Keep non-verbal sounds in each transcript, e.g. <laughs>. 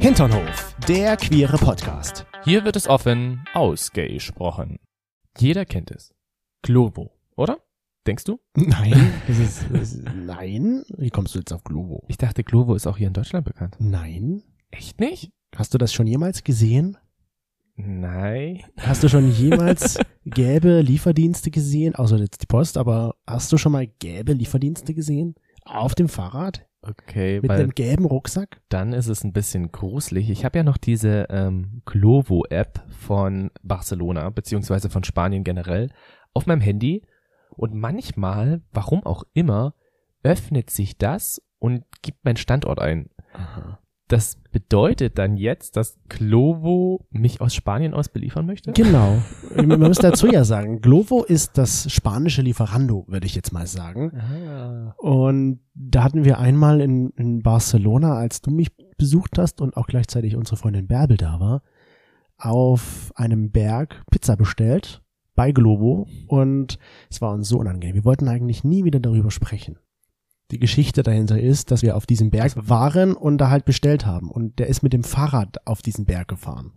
Hinternhof, der queere Podcast. Hier wird es offen ausgesprochen. Jeder kennt es. Globo, oder? Denkst du? <laughs> Nein, es ist, es ist, nein. Wie kommst du jetzt auf Globo? Ich dachte, Globo ist auch hier in Deutschland bekannt. Nein. Echt nicht? Hast du das schon jemals gesehen? Nein. Hast du schon <laughs> jemals gelbe Lieferdienste gesehen? Außer jetzt die Post, aber hast du schon mal gelbe Lieferdienste gesehen? Auf dem Fahrrad? Okay, Mit weil einem gelben Rucksack? dann ist es ein bisschen gruselig. Ich habe ja noch diese ähm, Glovo-App von Barcelona, beziehungsweise von Spanien generell, auf meinem Handy. Und manchmal, warum auch immer, öffnet sich das und gibt meinen Standort ein. Aha. Das bedeutet dann jetzt, dass Glovo mich aus Spanien aus beliefern möchte? Genau. Man muss dazu ja sagen, Glovo ist das spanische Lieferando, würde ich jetzt mal sagen. Ah. Und da hatten wir einmal in, in Barcelona, als du mich besucht hast und auch gleichzeitig unsere Freundin Bärbel da war, auf einem Berg Pizza bestellt bei Globo und es war uns so unangenehm. Wir wollten eigentlich nie wieder darüber sprechen. Die Geschichte dahinter ist, dass wir auf diesem Berg waren und da halt bestellt haben und der ist mit dem Fahrrad auf diesen Berg gefahren.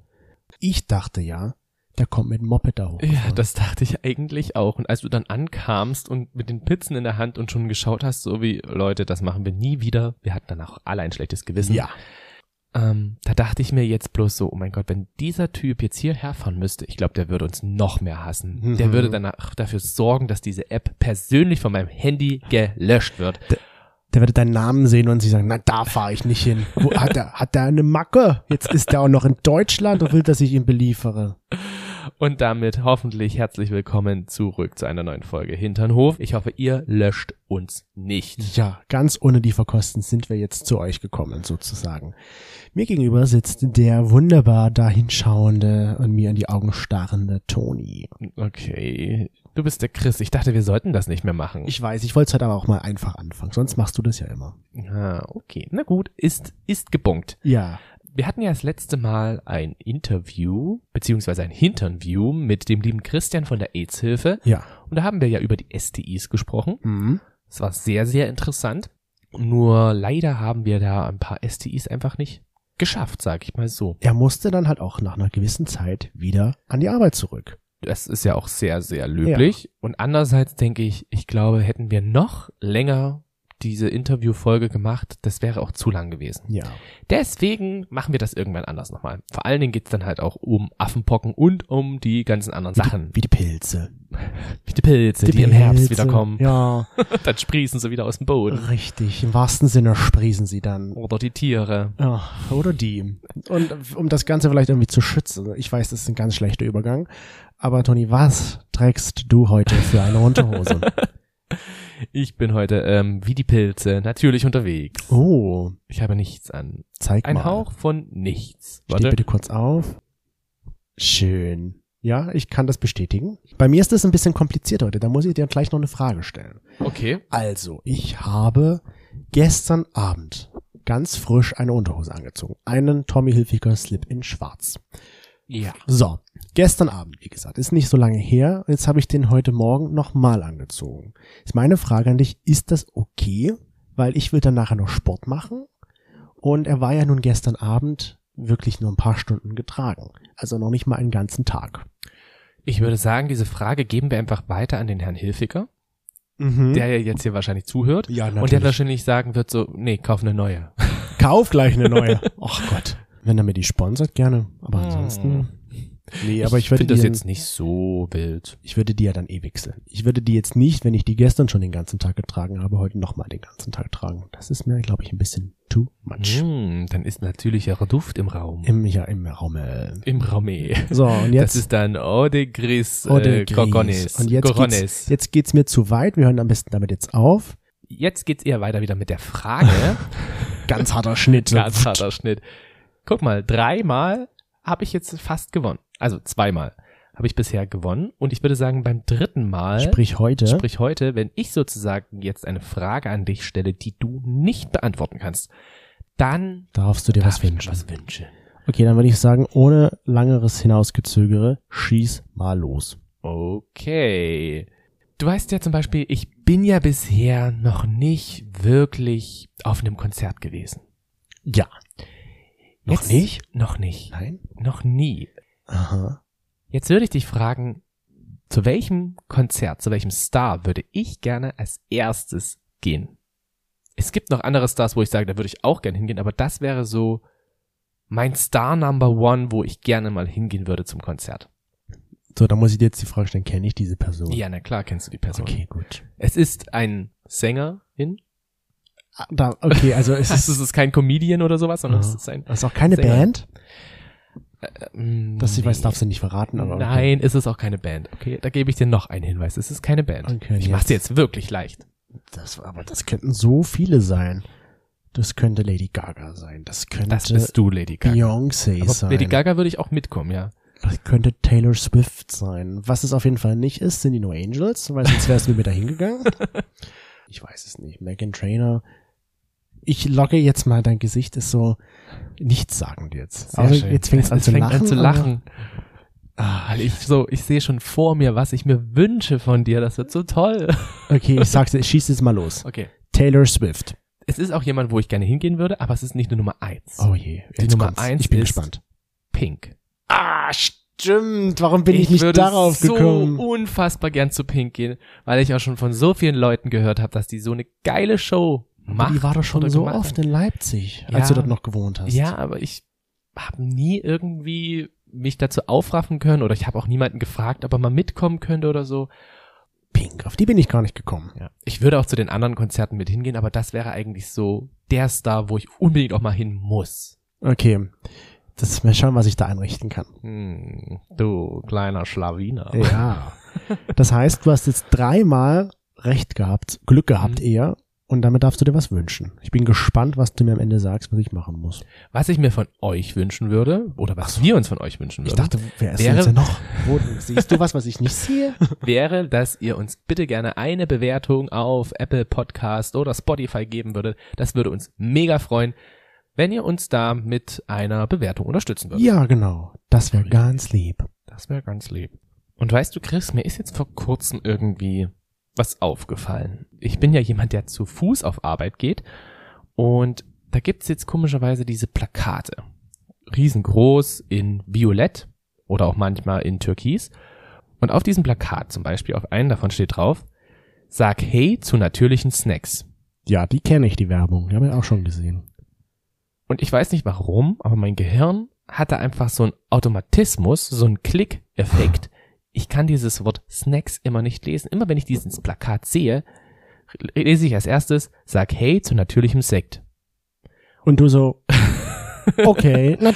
Ich dachte ja, der kommt mit dem Moped da hoch. Ja, das dachte ich eigentlich auch. Und als du dann ankamst und mit den Pizzen in der Hand und schon geschaut hast, so wie, Leute, das machen wir nie wieder. Wir hatten dann auch alle ein schlechtes Gewissen. ja. Ähm, da dachte ich mir jetzt bloß so, oh mein Gott, wenn dieser Typ jetzt hierher fahren müsste, ich glaube, der würde uns noch mehr hassen. Mhm. Der würde danach dafür sorgen, dass diese App persönlich von meinem Handy gelöscht wird. Der würde deinen Namen sehen und sie sagen, na, da fahre ich nicht hin. Wo, hat er hat er eine Macke? Jetzt ist er auch noch in Deutschland und will, dass ich ihn beliefere. Und damit hoffentlich herzlich willkommen zurück zu einer neuen Folge Hinternhof. Ich hoffe, ihr löscht uns nicht. Ja, ganz ohne Lieferkosten sind wir jetzt zu euch gekommen, sozusagen. Mir gegenüber sitzt der wunderbar dahinschauende und mir in die Augen starrende Toni. Okay. Du bist der Chris. Ich dachte, wir sollten das nicht mehr machen. Ich weiß, ich wollte es heute aber auch mal einfach anfangen, sonst machst du das ja immer. ah, okay. Na gut, ist, ist gebunkt. Ja, Wir hatten ja das letzte Mal ein Interview, beziehungsweise ein Hinternview mit dem lieben Christian von der AIDS-Hilfe. ja. Und da haben wir ja über die STIs gesprochen. Mhm. Es war sehr, sehr interessant. Nur leider haben wir da ein paar STIs einfach nicht geschafft, sag ich mal so. Er musste dann halt auch nach einer gewissen Zeit wieder an die Arbeit zurück. das ist ja auch sehr, sehr löblich. Und andererseits denke ich, ich glaube, hätten wir noch länger diese Interviewfolge gemacht, das wäre auch zu lang gewesen. Ja. Deswegen machen wir das irgendwann anders nochmal. Vor allen Dingen geht's dann halt auch um Affenpocken und um die ganzen anderen Sachen. Wie die Pilze. Wie die Pilze, die, im Herbst Pilze. wieder kommen. Ja. Dann sprießen sie wieder aus dem Boden. Richtig, im wahrsten Sinne sprießen sie dann. Oder die Tiere. Ja, oder die. Und um das Ganze vielleicht irgendwie zu schützen. Ich weiß, das ist ein ganz schlechter Übergang. Aber Toni, was trägst du heute für eine <laughs> Unterhose? Ich bin heute ähm, wie die Pilze natürlich unterwegs. Oh, Ich habe nichts an. zeig Ein mal. Hauch von nichts. Steh bitte kurz auf. Schön. Ja, ich kann das bestätigen. Bei mir ist das ein bisschen kompliziert heute. Da muss ich dir gleich noch eine Frage stellen. Okay. Also, ich habe gestern Abend ganz frisch eine Unterhose angezogen. Einen Tommy Hilfiger Slip in Schwarz. Ja. So, gestern Abend, wie gesagt, ist nicht so lange her. Jetzt habe ich den heute Morgen nochmal angezogen. Ist meine Frage an dich, ist das okay? Weil ich will dann nachher noch Sport machen. Und er war ja nun gestern Abend wirklich nur ein paar Stunden getragen. Also noch nicht mal einen ganzen Tag. Ich würde sagen, diese Frage geben wir einfach weiter an den Herrn Hilfiger, Mhm. der ja jetzt hier wahrscheinlich zuhört. ja, natürlich. Und der wahrscheinlich sagen wird so, nee, kauf eine neue. Kauf gleich eine neue. <laughs> Ach Gott. Wenn er mir die sponsert, gerne. Aber ansonsten. Nee, aber ich, würde finde das die jetzt nicht so wild. Ich würde die ja dann eh wechseln. Ich würde die jetzt nicht, wenn ich die gestern schon den ganzen Tag getragen habe, heute nochmal den ganzen Tag tragen. Das ist mir, glaube ich, ein bisschen too much. Hm, dann ist natürlicherer Duft im Raum. Im, ja, im Raumel. Im Raumé. So, und Das jetzt, ist dann Eau de Gris, Eau de äh, Gris. Gorgones. Und jetzt Gorgones. jetzt geht's mir zu weit. Wir hören am besten damit jetzt auf. Jetzt geht's eher weiter wieder mit <laughs> der Frage. Ganz harter Schnitt. Ganz harter Schnitt. Guck mal, dreimal habe ich jetzt fast gewonnen. Also zweimal habe ich bisher gewonnen. Und ich würde sagen, beim dritten Mal Sprich heute. Sprich heute, wenn ich sozusagen jetzt eine Frage an dich stelle, die du nicht beantworten kannst, dann darfst du dir darf was ich mir wünschen. was wünschen. Okay, dann würde ich sagen, ohne langeres Hinausgezögere, schieß mal los. Okay. Du weißt ja zum Beispiel, ich bin ja bisher noch nicht wirklich auf einem Konzert gewesen. Ja. Noch Jetzt- nicht? Noch nicht. Nein. Noch nie. Aha. Jetzt würde ich dich fragen, zu welchem Konzert, zu welchem Star würde ich gerne als erstes gehen? Es gibt noch andere Stars, wo ich sage, da würde ich auch gerne hingehen, aber das wäre so mein Star Number One, wo ich gerne mal hingehen würde zum Konzert. So, da muss ich dir jetzt die Frage stellen, kenne ich diese Person? Ja, na klar, kennst du die Person. Okay, gut. Es ist ein Sängerin. Ah, Da, okay, also <laughs> es ist, Also es ist kein Comedian oder sowas, sondern es Aha. ist ein. es ist auch keine Sänger. Band. Mm, Das ich weiß, darfst du nicht verraten, aber. okay. Nein, es ist auch keine Band. Okay, da gebe ich dir noch einen Hinweis. Es ist keine Band. Okay, ich mach's dir jetzt wirklich leicht. Das, aber das könnten so viele sein. Das könnte Lady Gaga sein. Das könnte Das bist du, Lady Gaga. Beyoncé Aber sein. Lady Gaga würde ich auch mitkommen, ja. Das könnte Taylor Swift sein. Was es auf jeden Fall nicht ist, sind die No Angels, weil sonst wärst du mit da <laughs> hingegangen. Ich weiß es nicht. Megan Trainer. Ich logge jetzt mal, dein Gesicht ist so nichtssagend jetzt. Aber Also, jetzt fängst du an, Es zu fängt lachen. an zu aber- lachen. Ah, Weil ich so, ich sehe schon vor mir, was ich mir wünsche von dir. Das wird so toll. okay, ich sag's, dir, ich schieß jetzt mal los. Okay. Taylor Swift. Es ist auch jemand, wo ich gerne hingehen würde, aber es ist nicht nur Nummer eins. Oh je. Jetzt Die Nummer kommt's. eins Ich bin ist- gespannt. Pink. Ah, stimmt. Warum bin ich, nicht würde darauf so gekommen? unfassbar gern zu Pink gehen, weil ich auch schon von so vielen Leuten gehört habe, dass die so eine geile Show machen. die war doch schon oder so gemacht oft haben. in Leipzig, als du Ja. dort noch gewohnt hast. Ja, aber ich habe nie irgendwie mich dazu aufraffen können oder ich habe auch niemanden gefragt, ob er mal mitkommen könnte oder so. Pink, auf die bin ich gar nicht gekommen. Ja. Ich würde auch zu den anderen Konzerten mit hingehen, aber das wäre eigentlich so der Star, wo ich unbedingt auch mal hin muss. Okay. Das mal schauen, was ich da einrichten kann. Hm, du kleiner Schlawiner. Ja. Das heißt, du hast jetzt dreimal recht gehabt, Glück gehabt Mhm. eher. Und damit darfst du dir was wünschen. Ich bin gespannt, was du mir am Ende sagst, was ich machen muss. Was ich mir von euch wünschen würde, oder was wir uns von euch wünschen Ich würden, dachte, wer ist denn Wäre- <laughs> jetzt denn noch? Wo, siehst du was, was ich nicht sehe? wäre, dass ihr uns bitte gerne eine Bewertung auf Apple Podcast oder Spotify geben würdet. Das würde uns mega freuen, wenn ihr uns da mit einer Bewertung unterstützen würdet. Ja, genau. Das wäre ganz lieb. Das wäre ganz lieb. Und weißt du, Chris, mir ist jetzt vor kurzem irgendwie was aufgefallen. Ich bin ja jemand, der zu Fuß auf Arbeit geht und da gibt's jetzt komischerweise diese Plakate. Riesengroß in Violett oder auch manchmal in Türkis. Und auf diesem Plakat zum Beispiel, auf einem davon steht drauf, sag Hey zu natürlichen Snacks. Ja, die kenne ich, die Werbung. Die haben wir auch schon gesehen. Und ich weiß nicht warum, aber mein Gehirn hatte einfach so einen Automatismus, so einen Klick-Effekt. Ich kann dieses Wort Snacks immer nicht lesen. Immer wenn ich dieses Plakat sehe, lese ich als erstes, sag hey zu natürlichem Sekt. Und du <laughs> so, okay, na,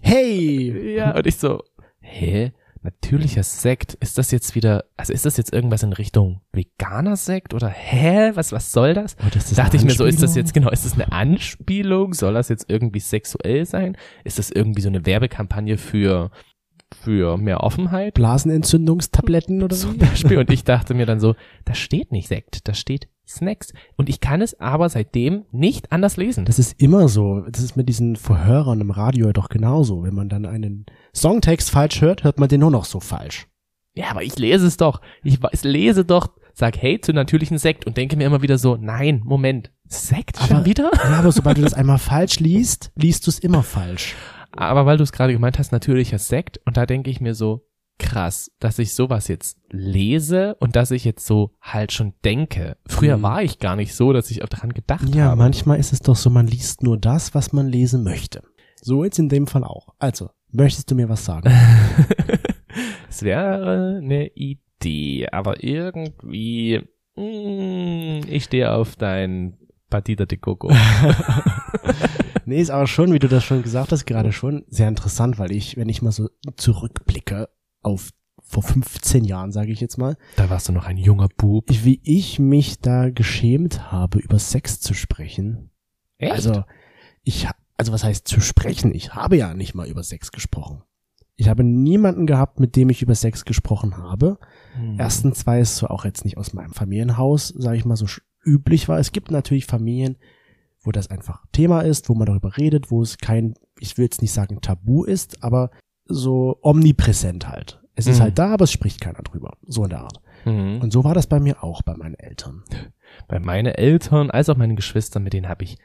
hey. Ja, und ich so, hä? Natürlicher Sekt, ist das jetzt wieder, also ist das jetzt irgendwas in Richtung veganer Sekt oder hä, was, was soll das? Oh, das ist dachte ich eine mir so, ist das Anspielung? jetzt genau, ist das eine Anspielung? Soll das jetzt irgendwie sexuell sein? Ist das irgendwie so eine Werbekampagne für, für mehr Offenheit? <laughs> Blasenentzündungstabletten oder <laughs> so? Zum Beispiel. Und ich dachte mir dann so, da steht nicht Sekt, da steht Snacks. Und ich kann es aber seitdem nicht anders lesen. Das ist immer so. Das ist mit diesen Verhörern im Radio doch genauso. Wenn man dann einen Songtext falsch hört, hört man den nur noch so falsch. ja, aber ich lese es doch. Ich weiß, lese doch, sag hey zu natürlichen Sekt und denke mir immer wieder so, nein, Moment, Sekt schon Aber- wieder? Ja, aber sobald du das einmal falsch liest, liest du es immer falsch. Aber weil du es gerade gemeint hast, natürlicher Sekt. Und da denke ich mir so, krass, dass ich sowas jetzt lese und dass ich jetzt so halt schon denke. Früher Mhm. war ich gar nicht so, dass ich auch daran gedacht Ja, habe. manchmal ist es doch so, man liest nur das, was man lesen möchte. So jetzt in dem Fall auch. Also, möchtest du mir was sagen? <laughs> Es wäre eine Idee, aber irgendwie, mh, ich stehe auf dein Partita de Coco. nee, ist aber schon, wie du das schon gesagt hast, gerade schon sehr interessant, weil ich, wenn ich mal so zurückblicke auf vor 15 Jahren, sage ich jetzt mal, da warst du noch ein junger Bub. ich- wie ich mich da geschämt habe, über Sex zu sprechen. Echt? Also, ich, ha- also was heißt zu sprechen? Ich habe ja nicht mal über Sex gesprochen. Ich habe niemanden gehabt, mit dem ich über Sex gesprochen habe. Hm. Erstens, weil es so auch jetzt nicht aus meinem Familienhaus, sage ich mal, so sch- üblich war. Es gibt natürlich Familien, wo das einfach Thema ist, wo man darüber redet, wo es kein, ich will jetzt nicht sagen Tabu ist, aber so omnipräsent halt. Es ist Mhm. halt da, aber es spricht keiner drüber. So in der Art. Hm. Und so war das bei mir auch, bei meinen Eltern. bei meine Eltern als auch meinen Geschwistern, mit denen habe ich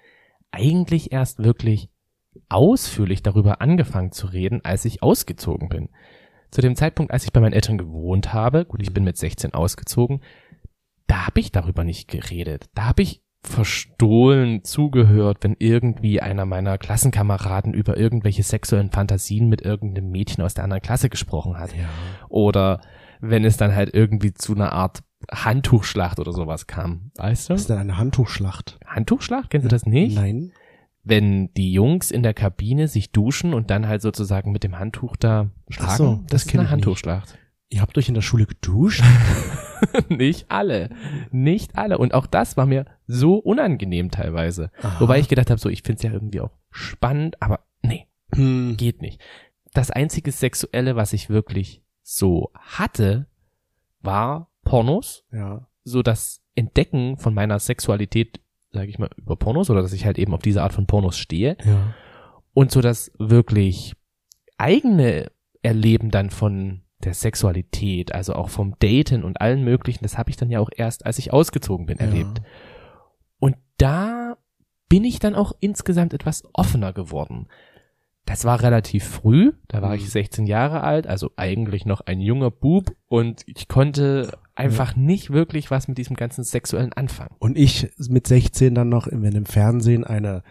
eigentlich erst wirklich ausführlich darüber angefangen zu reden, als ich ausgezogen bin. Zu dem Zeitpunkt, als ich bei meinen Eltern gewohnt habe, gut, ich bin mit 16 ausgezogen, da habe ich darüber nicht geredet. Da habe ich verstohlen zugehört, wenn irgendwie einer meiner Klassenkameraden über irgendwelche sexuellen Fantasien mit irgendeinem Mädchen aus der anderen Klasse gesprochen hat. Ja. Oder wenn es dann halt irgendwie zu einer Art Handtuchschlacht oder sowas kam. Weißt Das ist du? dann eine Handtuchschlacht. Handtuchschlacht? Kennst du das nicht? Nein. Wenn die Jungs in der Kabine sich duschen und dann halt sozusagen mit dem Handtuch da schlagen. so, das ist kenn eine ich nicht. Handtuchschlacht. <laughs> Ihr habt euch in der Schule geduscht? nicht alle. Nicht alle. Und auch das war mir so unangenehm teilweise. Aha. <laughs> Wobei ich gedacht habe, so, ich find's ja irgendwie auch spannend, aber nee, Hm. geht nicht. Das einzige Sexuelle, was ich wirklich so hatte, war Pornos. Ja. So das Entdecken von meiner Sexualität, sage ich mal, über Pornos oder dass ich halt eben auf diese Art von Pornos stehe. Ja. Und so das wirklich eigene Erleben dann von der Sexualität, also auch vom Daten und allen möglichen, das habe ich dann ja auch erst, als ich ausgezogen bin, erlebt. Ja. Und da bin ich dann auch insgesamt etwas offener geworden. Das war relativ früh, da war Mhm. ich 16 Jahre alt, also eigentlich noch ein junger Bub und ich konnte einfach nicht wirklich was mit diesem ganzen Sexuellen anfangen. Und ich mit 16 dann noch, wenn im Fernsehen eine,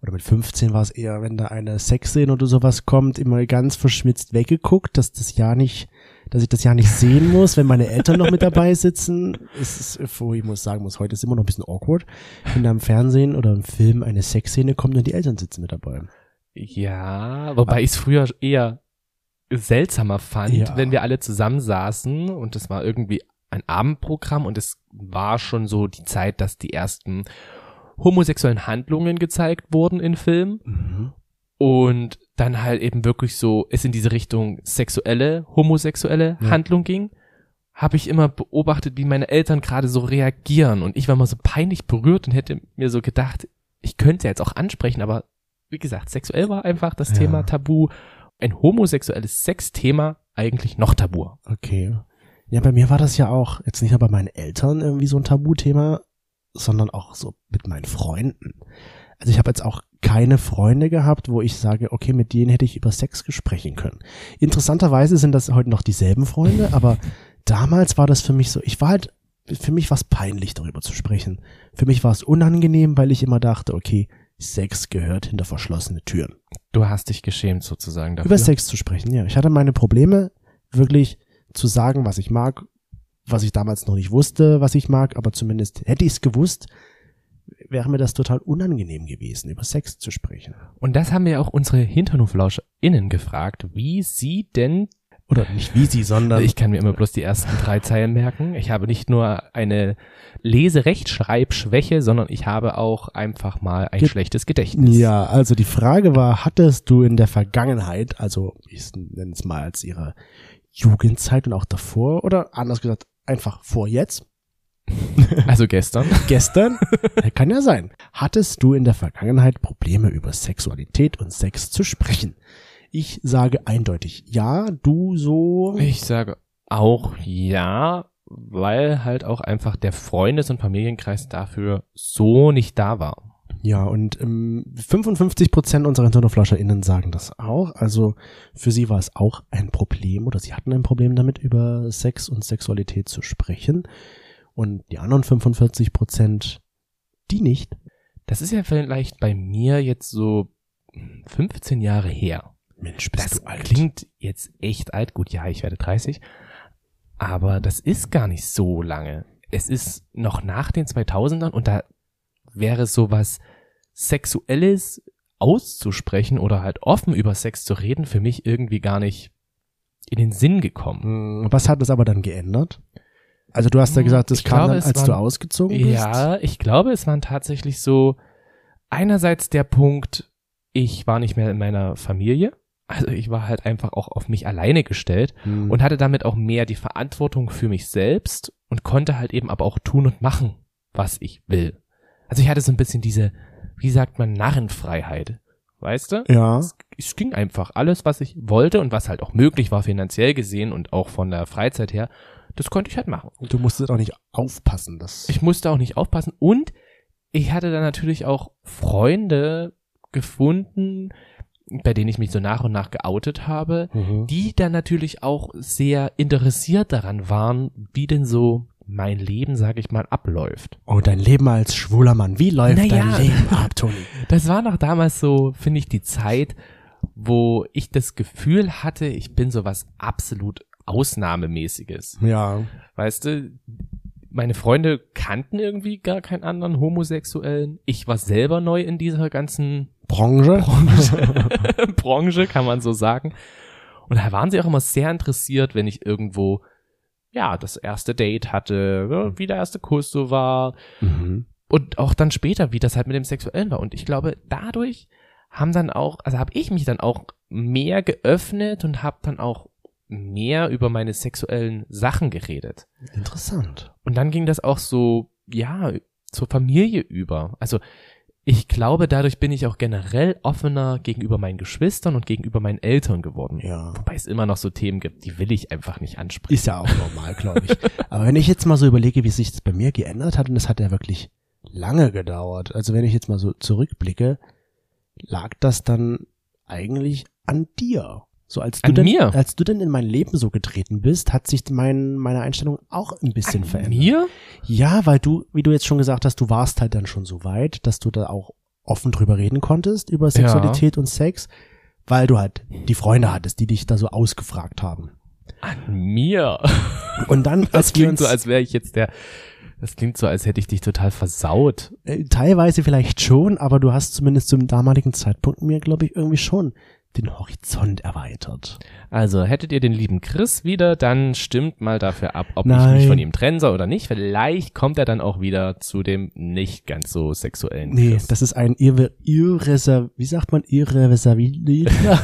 oder mit 15 war es eher, wenn da eine Sexszene oder sowas kommt, immer ganz verschmitzt weggeguckt, dass das ja nicht, dass ich das ja nicht sehen muss, wenn meine Eltern noch mit dabei sitzen. Es ist, wo ich muss sagen muss, heute ist immer noch ein bisschen awkward, wenn da im Fernsehen oder im Film eine Sexszene kommt und die Eltern sitzen mit dabei. Ja, wobei ich es früher eher seltsamer fand, Ja. wenn wir alle zusammensaßen und es war irgendwie ein Abendprogramm und es war schon so die Zeit, dass die ersten homosexuellen Handlungen gezeigt wurden in Filmen. und dann halt eben wirklich so es in diese Richtung sexuelle, homosexuelle Ja. Handlung ging, habe ich immer beobachtet, wie meine Eltern gerade so reagieren und ich war mal so peinlich berührt und hätte mir so gedacht, ich könnte jetzt auch ansprechen, aber wie gesagt, sexuell war einfach das Ja. Thema tabu, ein homosexuelles Sexthema eigentlich noch tabu. Okay. Ja, bei mir war das ja auch, jetzt nicht nur bei meinen Eltern irgendwie so ein Tabuthema, sondern auch so mit meinen Freunden. Also ich habe jetzt auch keine Freunde gehabt, wo ich sage, okay, mit denen hätte ich über Sex sprechen können. Interessanterweise sind das heute noch dieselben Freunde, aber damals war das für mich so, ich war halt, für mich war es peinlich, darüber zu sprechen. Für mich war es unangenehm, weil ich immer dachte, okay, Sex gehört hinter verschlossene Türen Du hast dich geschämt sozusagen dafür. über Sex zu sprechen, ja. Ich hatte meine Probleme, wirklich zu sagen, was ich mag, was ich damals noch nicht wusste, was ich mag, aber zumindest hätte ich es gewusst, wäre mir das total unangenehm gewesen, über Sex zu sprechen. Und das haben wir auch unsere HinternhoflauscherInnen gefragt, wie sie denn Oder nicht wie sie, sondern ich kann mir immer bloß die ersten drei Zeilen merken. Ich habe nicht nur eine Leserechtschreibschwäche, sondern ich habe auch einfach mal ein Ge- schlechtes Gedächtnis. ja, also die Frage war, hattest du in der Vergangenheit, also ich nenne es mal als ihre Jugendzeit und auch davor, oder anders gesagt, einfach vor jetzt, <laughs> Also gestern. gestern, <laughs> kann ja sein. Hattest du in der Vergangenheit Probleme über Sexualität und Sex zu sprechen? Ich sage eindeutig, ja, du so. Ich sage auch ja, weil halt auch einfach der Freundes- und Familienkreis dafür so nicht da war. Ja, und ähm, 55 Prozent unserer HinternoFlascherInnen sagen das auch. Also für sie war es auch ein Problem oder sie hatten ein Problem damit, über Sex und Sexualität zu sprechen. Und die anderen 45 Prozent, die nicht. Das ist ja vielleicht bei mir jetzt so 15 Jahre her. Mensch, das klingt jetzt echt alt. Gut, ja, ich werde 30. Aber das ist gar nicht so lange. Es ist noch nach den 2000ern und da wäre sowas Sexuelles auszusprechen oder halt offen über Sex zu reden für mich irgendwie gar nicht in den Sinn gekommen. Hm, Was hat es aber dann geändert? Also du hast ja Hm, gesagt, das ich kam glaube, dann, es als du waren- ausgezogen bist. Ja, ich glaube, es waren tatsächlich so einerseits der Punkt, ich war nicht mehr in meiner Familie. Also ich war halt einfach auch auf mich alleine gestellt. Hm. und hatte damit auch mehr die Verantwortung für mich selbst und konnte halt eben aber auch tun und machen, was ich will. Also ich hatte so ein bisschen diese, wie sagt man, Narrenfreiheit. Weißt du? ja, Es, es ging einfach alles, was ich wollte und was halt auch möglich war finanziell gesehen und auch von der Freizeit her, das konnte ich halt machen. und du musstest auch nicht aufpassen, dass Ich musste auch nicht aufpassen und ich hatte dann natürlich auch Freunde, gefunden, bei denen ich mich so nach und nach geoutet habe, Mhm. die dann natürlich auch sehr interessiert daran waren, wie denn so mein Leben, sage ich mal, abläuft. Oh, dein Leben als schwuler Mann. Wie läuft Naja. dein Leben ab, Toni? Das war noch damals so, finde ich, die Zeit, wo ich das Gefühl hatte, ich bin sowas absolut Ausnahmemäßiges. Ja. Weißt du, meine Freunde kannten irgendwie gar keinen anderen Homosexuellen. Ich war selber neu in dieser ganzen Branche? Branche, kann man so sagen. Und da waren sie auch immer sehr interessiert, wenn ich irgendwo, ja, das erste Date hatte, ja, wie der erste Kuss so war <laughs> Mhm. und auch dann später, wie das halt mit dem Sexuellen war. Und ich glaube, dadurch haben dann auch, also habe ich mich dann auch mehr geöffnet und habe dann auch mehr über meine sexuellen Sachen geredet. Interessant. Und dann ging das auch so, ja, zur Familie über. Also ich glaube, dadurch bin ich auch generell offener gegenüber meinen Geschwistern und gegenüber meinen Eltern geworden. Ja. Wobei es immer noch so Themen gibt, die will ich einfach nicht ansprechen. Ist ja auch normal, glaube ich. Aber wenn ich jetzt mal so überlege, wie sich das bei mir geändert hat, und das hat ja wirklich lange gedauert. Also wenn ich jetzt mal so zurückblicke, lag das dann eigentlich an dir. So als du An denn, mir? als du denn in mein Leben so getreten bist, hat sich mein, meine Einstellung auch ein bisschen An verändert. mir? Ja, weil du, wie du jetzt schon gesagt hast, du warst halt dann schon so weit, dass du da auch offen drüber reden konntest, über Sexualität und Sex, weil du halt die Freunde hattest, die dich da so ausgefragt haben. An mir. Und dann, Das als wir klingt uns so, als wäre ich jetzt der. Das klingt so, als hätte ich dich total versaut. äh, teilweise vielleicht schon, aber du hast zumindest zum damaligen Zeitpunkt mir, glaube ich, irgendwie schon den Horizont erweitert. Also, hättet ihr den lieben Chris wieder, dann stimmt mal dafür ab, ob ich Nein. mich von ihm trennen soll oder nicht. Vielleicht kommt er dann auch wieder zu dem nicht ganz so sexuellen Nee, Chris. das ist ein irre, irreser, wie sagt man, <laughs> irreversibler?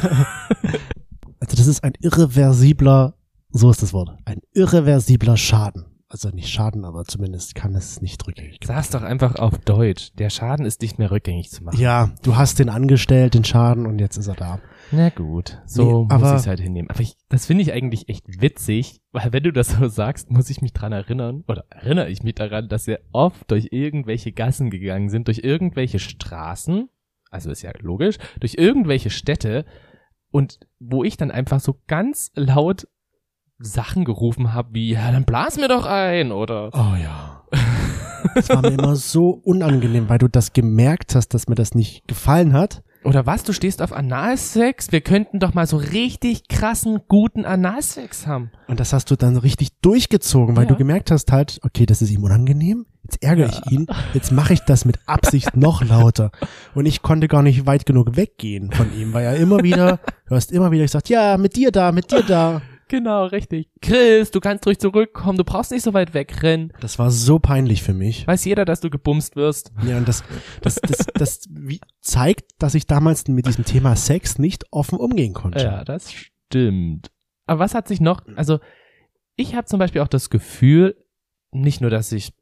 also das ist ein irreversibler, so ist das Wort, ein irreversibler Schaden. Also nicht Schaden, aber zumindest kann es nicht rückgängig. gemacht Sag's doch einfach auf Deutsch. Der Schaden ist nicht mehr rückgängig zu machen. werden. Ja, du hast den angestellt, den Schaden, und jetzt ist er da. Na gut, Nee, so muss aber- ich's halt hinnehmen. Aber ich, das finde ich eigentlich echt witzig, weil wenn du das so sagst, muss ich mich dran erinnern oder erinnere ich mich daran, dass wir oft durch irgendwelche Gassen gegangen sind, durch irgendwelche Straßen, also ist ja logisch, durch irgendwelche Städte und wo ich dann einfach so ganz laut Sachen gerufen habe, wie ja, dann blas mir doch ein oder Oh ja. Das war mir immer so unangenehm, weil du das gemerkt hast, dass mir das nicht gefallen hat. oder was, du stehst auf Analsex, wir könnten doch mal so richtig krassen guten Analsex haben. Und das hast du dann richtig durchgezogen, weil Ja. du gemerkt hast halt, okay, das ist ihm unangenehm, jetzt ärgere ich ihn, jetzt mache ich das mit <laughs> Absicht noch lauter. Und ich konnte gar nicht weit genug weggehen von ihm, weil er immer wieder, du hast immer wieder gesagt, ja, mit dir da, mit dir da. Genau, richtig. Chris, du kannst ruhig zurückkommen, du brauchst nicht so weit wegrennen. Das war so peinlich für mich. Weiß jeder, dass du gebumst wirst. Ja, und das, das, das, das wie, zeigt, dass ich damals mit diesem Thema Sex nicht offen umgehen konnte. Ja, das stimmt. Äh. Aber was hat sich noch, also ich habe zum Beispiel auch das Gefühl, nicht nur, dass sich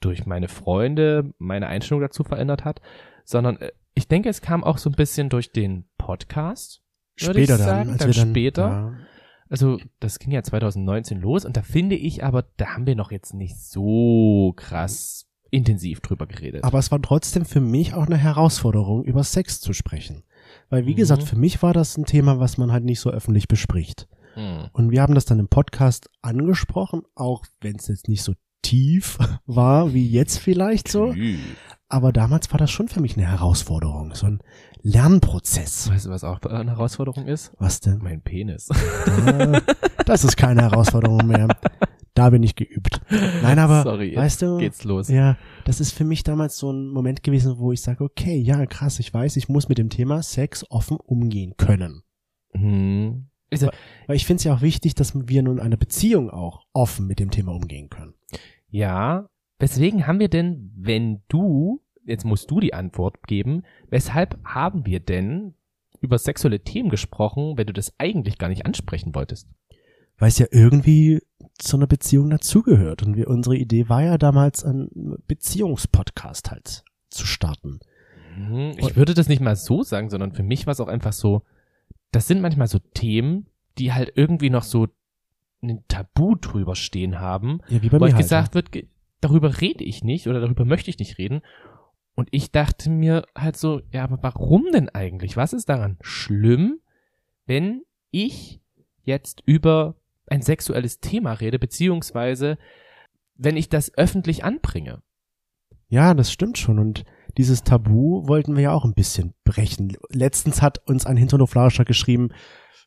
durch meine Freunde meine Einstellung dazu verändert hat, sondern äh, ich denke, es kam auch so ein bisschen durch den Podcast. Würde ich Später dann, sagen, als dann wir dann später. Ja, Also das ging ja 2019 los und da finde ich aber, da haben wir noch jetzt nicht so krass intensiv drüber geredet. Aber es war trotzdem für mich auch eine Herausforderung, über Sex zu sprechen. Weil, wie Mhm. gesagt, für mich war das ein Thema, was man halt nicht so öffentlich bespricht. Hm. Und wir haben das dann im Podcast angesprochen, auch wenn es jetzt nicht so tief <laughs> war, wie jetzt vielleicht so. Aber damals war das schon für mich eine Herausforderung, so ein Lernprozess. Weißt du, was auch eine Herausforderung ist? Was <laughs> denn? Mein Penis. Ah, das ist keine Herausforderung mehr. Da bin ich geübt. Nein, <laughs> aber, Sorry, jetzt weißt du, geht's los. Ja, das ist für mich damals so ein Moment gewesen, wo ich sage, okay, ja, krass, ich weiß, ich muss mit dem Thema Sex offen umgehen können. Hm. Also, Weil ich finde es ja auch wichtig, dass wir nun eine Beziehung auch offen mit dem Thema umgehen können. ja, weswegen haben wir denn, wenn du, jetzt musst du die Antwort geben, weshalb haben wir denn über sexuelle Themen gesprochen, wenn du das eigentlich gar nicht ansprechen wolltest? Weil es ja irgendwie zu einer Beziehung dazugehört. Und wir, unsere Idee war ja damals, einen Beziehungspodcast halt zu starten. Hm, Ich würde das nicht mal so sagen, sondern für mich war es auch einfach so, das sind manchmal so Themen, die halt irgendwie noch so ein Tabu drüber stehen haben, Ja, wie bei wo mir halt halt. gesagt wird, ge- darüber rede ich nicht oder darüber möchte ich nicht reden. Und ich dachte mir halt so, ja, aber warum denn eigentlich? Was ist daran schlimm, wenn ich jetzt über ein sexuelles Thema rede, beziehungsweise wenn ich das öffentlich anbringe? Ja, das stimmt schon. Und dieses Tabu wollten wir ja auch ein bisschen brechen. Letztens hat uns ein Hinterhoflauscher geschrieben,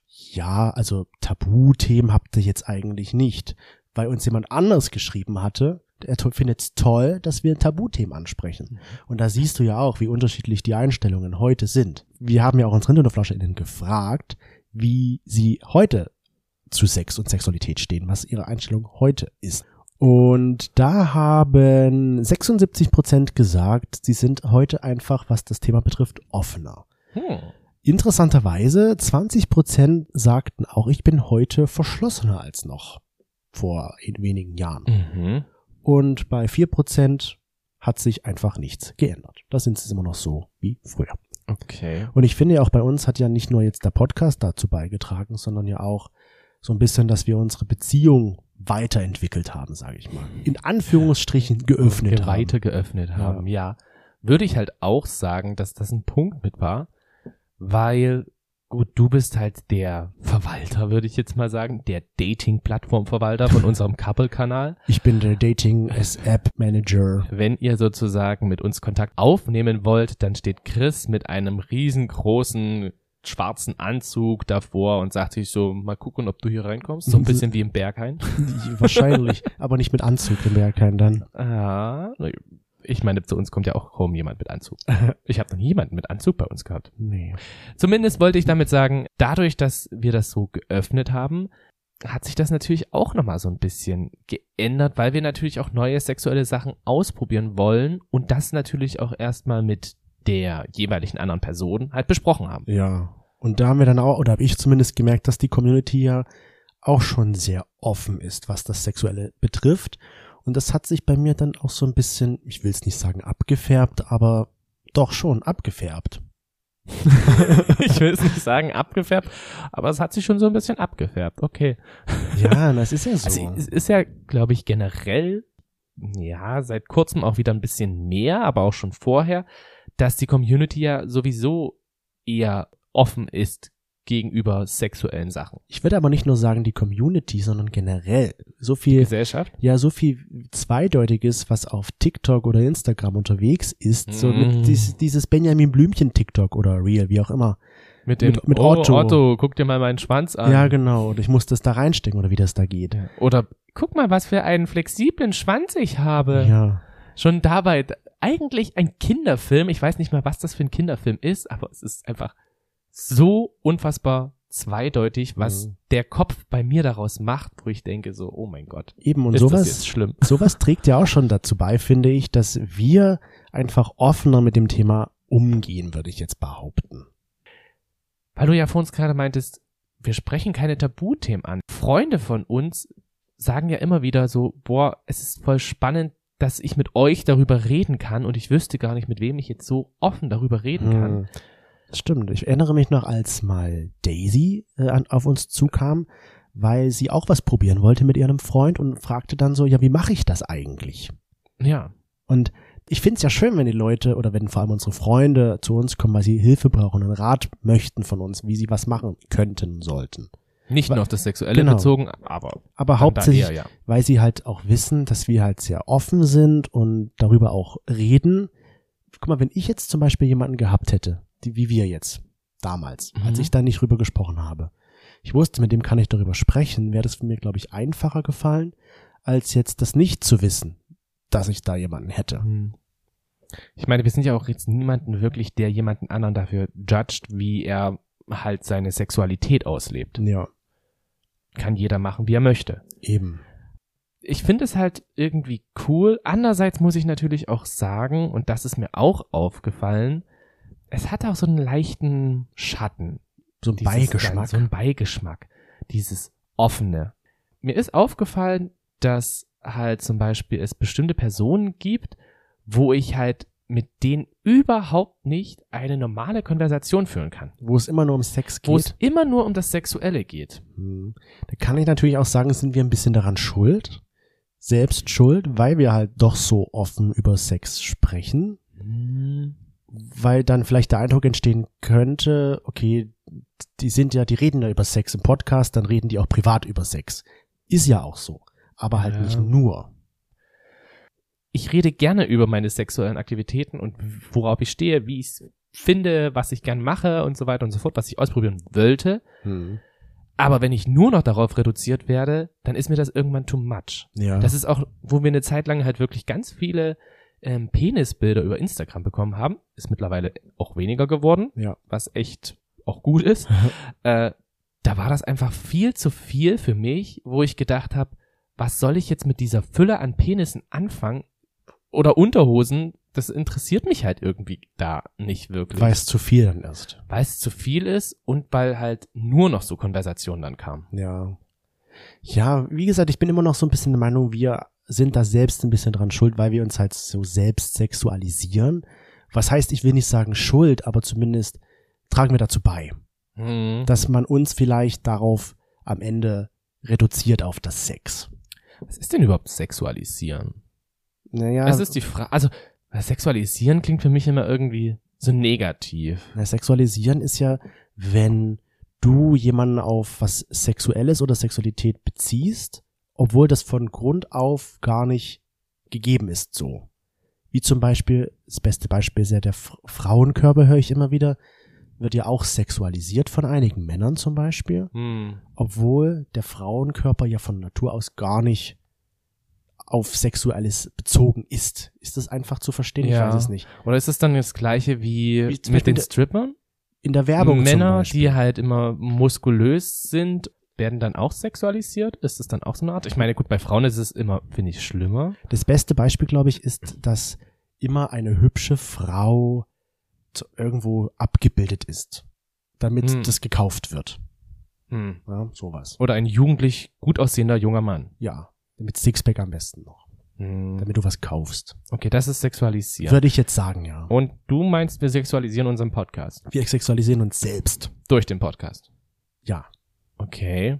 ja, also Tabuthemen habt ihr jetzt eigentlich nicht. Weil uns jemand anderes geschrieben hatte, er findet es toll, dass wir Tabuthemen ansprechen. Und da siehst du ja auch, wie unterschiedlich die Einstellungen heute sind. Wir haben ja auch unsere HinterhoflauscherInnen gefragt, wie sie heute zu Sex und Sexualität stehen, was ihre Einstellung heute ist. Und da haben 76 Prozent gesagt, sie sind heute einfach, was das Thema betrifft, offener. Hm. Interessanterweise, 20 Prozent sagten auch, ich bin heute verschlossener als noch vor wenigen Jahren. Mhm. Und bei 4 Prozent hat sich einfach nichts geändert. Da sind sie immer noch so wie früher. Okay. Und ich finde ja auch bei uns hat ja nicht nur jetzt der Podcast dazu beigetragen, sondern ja auch so ein bisschen, dass wir unsere Beziehung weiterentwickelt haben, sage ich mal. In Anführungsstrichen geöffnet haben. Weiter geöffnet haben, ja. Würde ich halt auch sagen, dass das ein Punkt mit war, weil gut, du bist halt der Verwalter, würde ich jetzt mal sagen, der <laughs> Dating-Plattform-Verwalter von unserem Couple-Kanal. Ich bin der Dating as App Manager. Wenn ihr sozusagen mit uns Kontakt aufnehmen wollt, dann steht Chris mit einem riesengroßen schwarzen Anzug davor und sagt sich so, mal gucken, ob du hier reinkommst. So Mhm. ein bisschen wie im <laughs> Berghain. Wahrscheinlich, aber nicht mit Anzug, den wäre kein dann. Ah, ich meine, zu uns kommt ja auch kaum jemand <laughs> mit Anzug. Ich habe noch nie jemanden mit Anzug bei uns gehabt. Nee. Zumindest wollte ich damit sagen, dadurch, dass wir das so geöffnet haben, hat sich das natürlich auch nochmal so ein bisschen geändert, weil wir natürlich auch neue sexuelle Sachen ausprobieren wollen und das natürlich auch erstmal mit der jeweiligen anderen Person halt besprochen haben. <laughs> Ja. Und da haben wir dann auch, oder habe ich zumindest gemerkt, dass die Community ja auch schon sehr offen ist, was das Sexuelle betrifft. Und das hat sich bei mir dann auch so ein bisschen, ich will es nicht sagen abgefärbt, aber doch schon abgefärbt. Ich will es nicht sagen abgefärbt, aber es hat sich schon so ein bisschen abgefärbt. Okay. Ja, das ist ja so. Also es ist ja, glaube ich, generell, ja, seit kurzem auch wieder ein bisschen mehr, aber auch schon vorher, dass die Community ja sowieso eher offen ist gegenüber sexuellen Sachen. ich würde aber nicht nur sagen die Community, sondern generell so viel Gesellschaft? ja so viel Zweideutiges, was auf TikTok oder Instagram unterwegs ist, so Mm. mit dies, dieses Benjamin Blümchen TikTok oder Real, wie auch immer. Mit dem Mit- mit oh, Otto. Otto, guck dir mal meinen Schwanz an. Ja, genau. Und ich muss das da reinstecken oder wie das da geht. Oder guck mal, was für einen flexiblen Schwanz ich habe. Ja. Schon dabei d- eigentlich ein Kinderfilm. Ich weiß nicht mal, was das für ein Kinderfilm ist, aber es ist einfach so unfassbar zweideutig, was Mhm. der Kopf bei mir daraus macht, wo ich denke so, oh mein Gott, Eben und ist das sowas jetzt <laughs> schlimm? sowas trägt ja auch schon dazu bei, finde ich, dass wir einfach offener mit dem Thema umgehen, würde ich jetzt behaupten. Weil du ja vor uns gerade meintest, wir sprechen keine Tabuthemen an. Freunde von uns sagen ja immer wieder so, boah, es ist voll spannend, dass ich mit euch darüber reden kann und ich wüsste gar nicht, mit wem ich jetzt so offen darüber reden kann. Hm. Stimmt. Ich erinnere mich noch, als mal Daisy äh, an, auf uns zukam, weil sie auch was probieren wollte mit ihrem Freund und fragte dann so, ja, wie mache ich das eigentlich? Ja. Und ich finde es ja schön, wenn die Leute oder wenn vor allem unsere Freunde zu uns kommen, weil sie Hilfe brauchen und Rat möchten von uns, wie sie was machen könnten, sollten. Nicht nur auf das Sexuelle Genau. bezogen, aber Aber dann hauptsächlich da eher, ja. weil sie halt auch wissen, dass wir halt sehr offen sind und darüber auch reden. Guck mal, wenn ich jetzt zum Beispiel jemanden gehabt hätte, die, wie wir jetzt, damals, als Mhm. ich da nicht drüber gesprochen habe. Ich wusste, mit dem kann ich darüber sprechen, wäre das mir, glaube ich, einfacher gefallen, als jetzt das nicht zu wissen, dass ich da jemanden hätte. Hm. Ich meine, wir sind ja auch jetzt niemanden wirklich, der jemanden anderen dafür judgt, wie er halt seine Sexualität auslebt. Ja, Kann jeder machen, wie er möchte. eben. ich finde es halt irgendwie cool. Andererseits muss ich natürlich auch sagen, und das ist mir auch aufgefallen, es hat auch so einen leichten Schatten. So ein dieses Ganze, Beigeschmack. So ein Beigeschmack. Dieses Offene. Mir ist aufgefallen, dass halt zum Beispiel es bestimmte Personen gibt, wo ich halt mit denen überhaupt nicht eine normale Konversation führen kann. wo es immer nur um Sex Wo es geht. immer nur um das Sexuelle geht. Hm. Da kann ich natürlich auch sagen, sind wir ein bisschen daran schuld, selbst schuld, weil wir halt doch so offen über Sex sprechen. weil dann vielleicht der Eindruck entstehen könnte, okay, die sind ja, die reden ja über Sex im Podcast, dann reden die auch privat über Sex. Ist ja auch so, aber halt Ja. nicht nur. Ich rede gerne über meine sexuellen Aktivitäten und worauf ich stehe, wie ich es finde, was ich gern mache und so weiter und so fort, was ich ausprobieren wollte. Hm. Aber wenn ich nur noch darauf reduziert werde, dann ist mir das irgendwann too much. Ja. Das ist auch, wo wir eine Zeit lang halt wirklich ganz viele ähm, Penisbilder über Instagram bekommen haben. Ist mittlerweile auch weniger geworden, Ja. was echt auch <laughs> gut ist. äh, da war das einfach viel zu viel für mich, wo ich gedacht habe, was soll ich jetzt mit dieser Fülle an Penissen anfangen oder Unterhosen? Das interessiert mich halt irgendwie da nicht wirklich. Weiß zu viel dann erst. Weil es zu viel ist und weil halt nur noch so Konversationen dann kamen. Ja. Ja, wie gesagt, ich bin immer noch so ein bisschen der Meinung, wir sind da selbst ein bisschen dran schuld, weil wir uns halt so selbst sexualisieren. Was heißt, ich will nicht sagen schuld, aber zumindest tragen wir dazu bei, Mhm. dass man uns vielleicht darauf am Ende reduziert auf das Sex. Was ist denn überhaupt sexualisieren? Naja, Es ist die Frage, also sexualisieren klingt für mich immer irgendwie so negativ. Na, Sexualisieren ist ja, wenn du jemanden auf was Sexuelles oder Sexualität beziehst, obwohl das von Grund auf gar nicht gegeben ist so. Wie zum Beispiel, das beste Beispiel ist ja der Fra- Frauenkörper, höre ich immer wieder, wird ja auch sexualisiert von einigen Männern zum Beispiel, Hm. obwohl der Frauenkörper ja von Natur aus gar nicht auf Sexuelles bezogen ist. Ist das einfach zu verstehen? Ja. Ich weiß es nicht. Oder ist es dann das gleiche wie, Wie zum mit Beispiel den der- Strippern? In der Werbung zum Männer, Beispiel. die halt immer muskulös sind, werden dann auch sexualisiert? Ist es dann auch so eine Art? Ich meine, gut, bei Frauen ist es immer, finde ich, schlimmer. Das beste Beispiel, glaube ich, ist, dass immer eine hübsche Frau zu- irgendwo abgebildet ist, damit Hm. das gekauft wird. Hm. Ja, sowas. Oder ein jugendlich gut aussehender junger Mann. Ja, mit Sixpack am besten noch, Hm. damit du was kaufst. Okay, das ist sexualisieren. Würde ich jetzt sagen, ja. Und du meinst, wir sexualisieren unseren Podcast. Wir sexualisieren uns selbst. Durch den Podcast. Ja. Okay.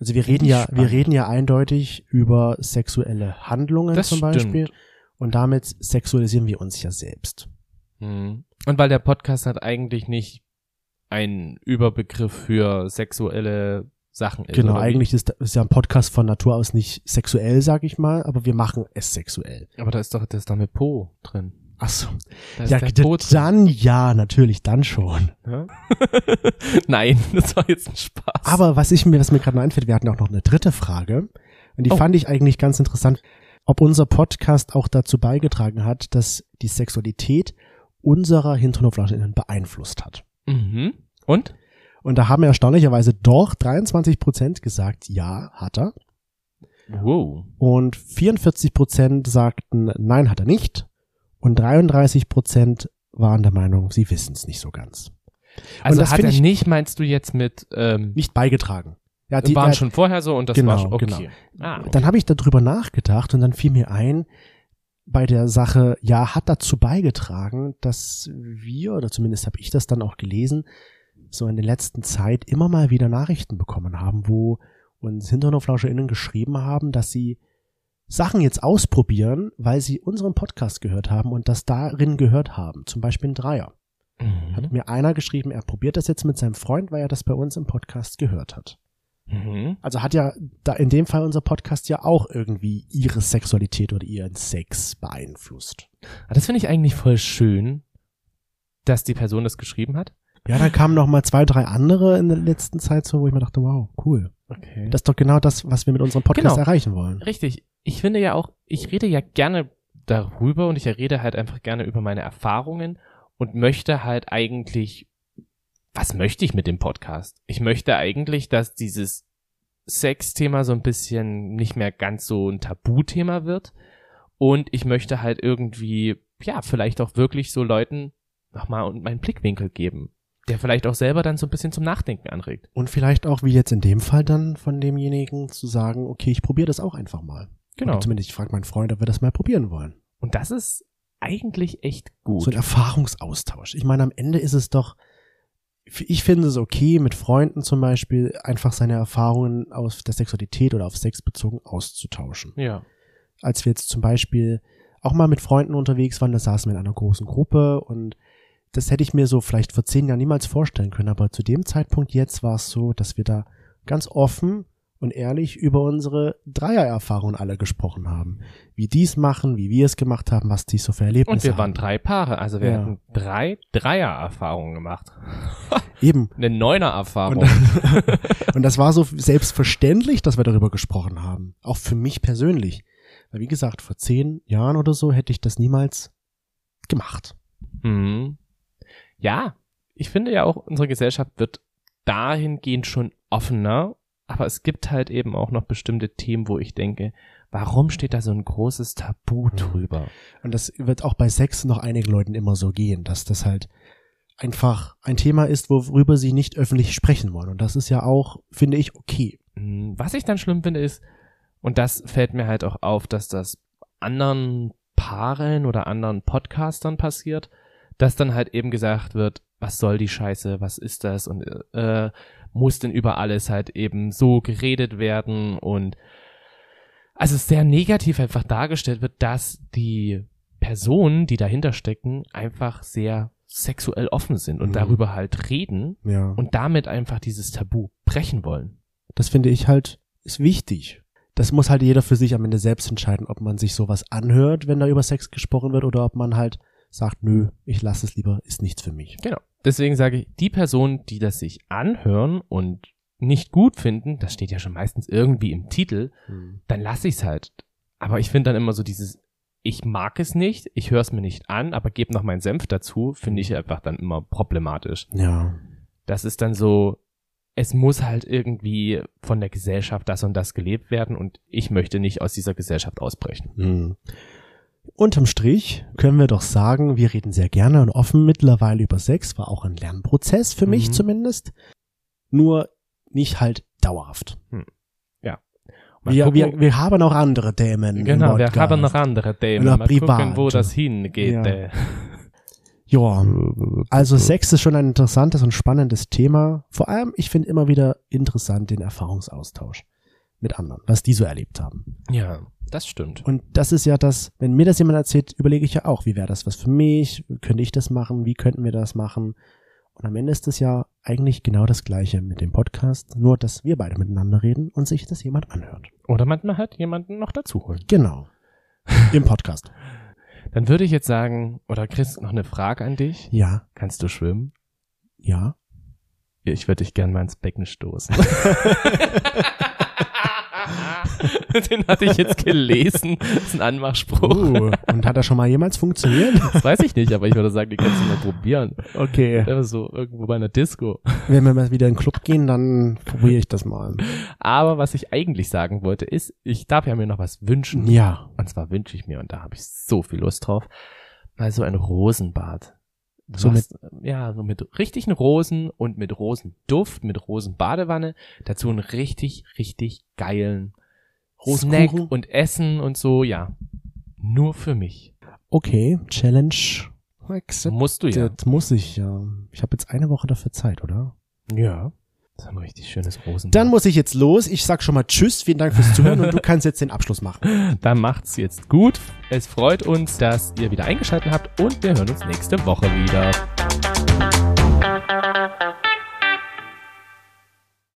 Also wir Finde reden ich ja, spannend. wir reden ja eindeutig über sexuelle Handlungen Das zum Beispiel. Und damit sexualisieren wir uns ja selbst. Mhm. Und weil der Podcast halt eigentlich nicht ein Überbegriff für sexuelle Sachen ist. genau, oder wie? eigentlich ist, ist ja ein Podcast von Natur aus nicht sexuell, sag ich mal, aber wir machen es sexuell. Aber da ist doch das da mit Po drin. Ach so. Da Ja, der d- Po drin, dann ja, natürlich, dann schon. <laughs> ne? <laughs> Nein, das war jetzt ein Spaß. Aber was ich mir, was mir gerade noch einfällt, wir hatten auch noch eine dritte Frage. Und die Oh. fand ich eigentlich ganz interessant, ob unser Podcast auch dazu beigetragen hat, dass die Sexualität unserer HinternoflauscherInnen beeinflusst hat. Mhm. Und? Und da haben erstaunlicherweise doch 23 Prozent gesagt, ja, hat er. Wow. Und 44 Prozent sagten, nein, hat er nicht. Und 33 Prozent waren der Meinung, sie wissen es nicht so ganz. Also das hat find er ich- nicht, meinst du jetzt mit, ähm, Nicht beigetragen. Ja, die, waren ja, schon vorher so und das genau, war schon, okay. genau. Ah, okay. Dann habe ich darüber nachgedacht und dann fiel mir ein, bei der Sache, ja, hat dazu beigetragen, dass wir, oder zumindest habe ich das dann auch gelesen, so in der letzten Zeit immer mal wieder Nachrichten bekommen haben, wo uns HinternoflauscherInnen geschrieben haben, dass sie Sachen jetzt ausprobieren, weil sie unseren Podcast gehört haben und das darin gehört haben. Zum Beispiel ein Dreier. Hat Mhm. mir einer geschrieben, er probiert das jetzt mit seinem Freund, weil er das bei uns im Podcast gehört hat. Mhm. Also hat ja da in dem Fall unser Podcast ja auch irgendwie ihre Sexualität oder ihren Sex beeinflusst. Ah, Das finde ich eigentlich voll schön, dass die Person das geschrieben hat. Ja, da kamen noch mal zwei, drei andere in der letzten Zeit so, wo ich mir dachte, wow, cool. Okay. Das ist doch genau das, was wir mit unserem Podcast Genau. erreichen wollen. Richtig. Ich finde ja auch, ich rede ja gerne darüber und ich rede halt einfach gerne über meine Erfahrungen und möchte halt eigentlich, was möchte ich mit dem Podcast? Ich möchte eigentlich, dass dieses Sex-Thema so ein bisschen nicht mehr ganz so ein Tabuthema wird und ich möchte halt irgendwie, ja, vielleicht auch wirklich so Leuten nochmal meinen Blickwinkel geben, der vielleicht auch selber dann so ein bisschen zum Nachdenken anregt. Und vielleicht auch, wie jetzt in dem Fall dann von demjenigen zu sagen, okay, ich probiere das auch einfach mal. Genau. Oder zumindest ich frage meinen Freund, ob wir das mal probieren wollen. Und das ist eigentlich echt gut. So ein Erfahrungsaustausch. Ich meine, am Ende ist es doch, ich finde es okay, mit Freunden zum Beispiel einfach seine Erfahrungen aus der Sexualität oder auf Sex bezogen auszutauschen. ja. als wir jetzt zum Beispiel auch mal mit Freunden unterwegs waren, da saßen wir in einer großen Gruppe und das hätte ich mir so vielleicht vor zehn Jahren niemals vorstellen können, aber zu dem Zeitpunkt jetzt war es so, dass wir da ganz offen und ehrlich über unsere Dreiererfahrungen alle gesprochen haben. Wie die es machen, wie wir es gemacht haben, was die so für Erlebnisse Und wir haben. waren drei Paare, also wir Ja. hatten drei Dreier-Erfahrungen gemacht. Eben. Eine Neuner-Erfahrung. Und- <laughs> Und das war so selbstverständlich, dass wir darüber gesprochen haben. Auch für mich persönlich. Weil wie gesagt, vor zehn Jahren oder so hätte ich das niemals gemacht. Mhm. Ja, ich finde ja auch, unsere Gesellschaft wird dahingehend schon offener, aber es gibt halt eben auch noch bestimmte Themen, wo ich denke, warum steht da so ein großes Tabu Mhm. drüber? Und das wird auch bei Sex noch einigen Leuten immer so gehen, dass das halt einfach ein Thema ist, worüber sie nicht öffentlich sprechen wollen. Und das ist ja auch, finde ich, okay. Mhm. Was ich dann schlimm finde ist, und das fällt mir halt auch auf, dass das anderen Paaren oder anderen Podcastern passiert, dass dann halt eben gesagt wird, was soll die Scheiße, was ist das und äh, muss denn über alles halt eben so geredet werden und also es sehr negativ einfach dargestellt wird, dass die Personen, die dahinter stecken, einfach sehr sexuell offen sind und Mhm. darüber halt reden Ja. Und und damit einfach dieses Tabu brechen wollen. das finde ich halt, ist wichtig. Das muss halt jeder für sich am Ende selbst entscheiden, ob man sich sowas anhört, wenn da über Sex gesprochen wird, oder ob man halt sagt, nö, ich lasse es lieber, ist nichts für mich. Genau. Deswegen sage ich, die Personen, die das sich anhören und nicht gut finden, das steht ja schon meistens irgendwie im Titel, dann lasse ich es halt. Aber ich finde dann immer so dieses, ich mag es nicht, ich höre es mir nicht an, aber gebe noch meinen Senf dazu, finde ich einfach dann immer problematisch. Ja. Das ist dann so, es muss halt irgendwie von der Gesellschaft das und das gelebt werden und ich möchte nicht aus dieser Gesellschaft ausbrechen. Hm. Unterm Strich können wir doch sagen, wir reden sehr gerne und offen mittlerweile über Sex, war auch ein Lernprozess für mich Mhm. zumindest. Nur nicht halt dauerhaft. Hm. Mal Wir, gucken- wir, wir haben auch andere Themen. im genau, wir Podcast. haben noch andere Themen. Noch Mal gucken, privat. wo das hingeht. Ja. äh. Ja, also Sex ist schon ein interessantes und spannendes Thema. Vor allem, ich finde immer wieder interessant den Erfahrungsaustausch mit anderen, was die so erlebt haben. Ja, das stimmt. Und das ist ja das, wenn mir das jemand erzählt, überlege ich ja auch, wie wäre das was für mich? Könnte ich das machen? Wie könnten wir das machen? Und am Ende ist es ja eigentlich genau das Gleiche mit dem Podcast, nur dass wir beide miteinander reden und sich das jemand anhört. Oder man hat jemanden noch dazuholen. Genau. Im Podcast. Dann würde ich jetzt sagen, oder Chris, noch eine Frage an dich. Ja, Kannst du schwimmen? ja. Ich würde dich gern mal ins Becken stoßen. <laughs> Den hatte ich jetzt gelesen. Das ist ein Anmachspruch. Uh, und hat das schon mal jemals funktioniert? <laughs> Das weiß ich nicht, aber ich würde sagen, die kannst du mal probieren. Okay. Einfach so irgendwo bei einer Disco. Wenn wir mal wieder in den Club gehen, dann probiere ich das mal. Aber was ich eigentlich sagen wollte, ist, ich darf ja mir noch was wünschen. Ja. Und zwar wünsche ich mir, und da habe ich so viel Lust drauf, mal so ein Rosenbad. Du So hast, äh, ja, so mit richtigen Rosen und mit Rosenduft, mit Rosenbadewanne, dazu einen richtig, richtig geilen Snack Rosenkuchen? und Essen und so, ja. Nur für mich. Okay, Challenge. Accepted. Musst du ja. Muss ich ja. Ich habe jetzt eine Woche dafür Zeit, oder? Ja. Das ist ein richtig schönes Rosenbad. Dann muss ich jetzt los. Ich sag schon mal Tschüss, vielen Dank fürs Zuhören und du kannst jetzt den Abschluss machen. Dann macht's jetzt gut. Es freut uns, dass ihr wieder eingeschaltet habt und wir hören uns nächste Woche wieder.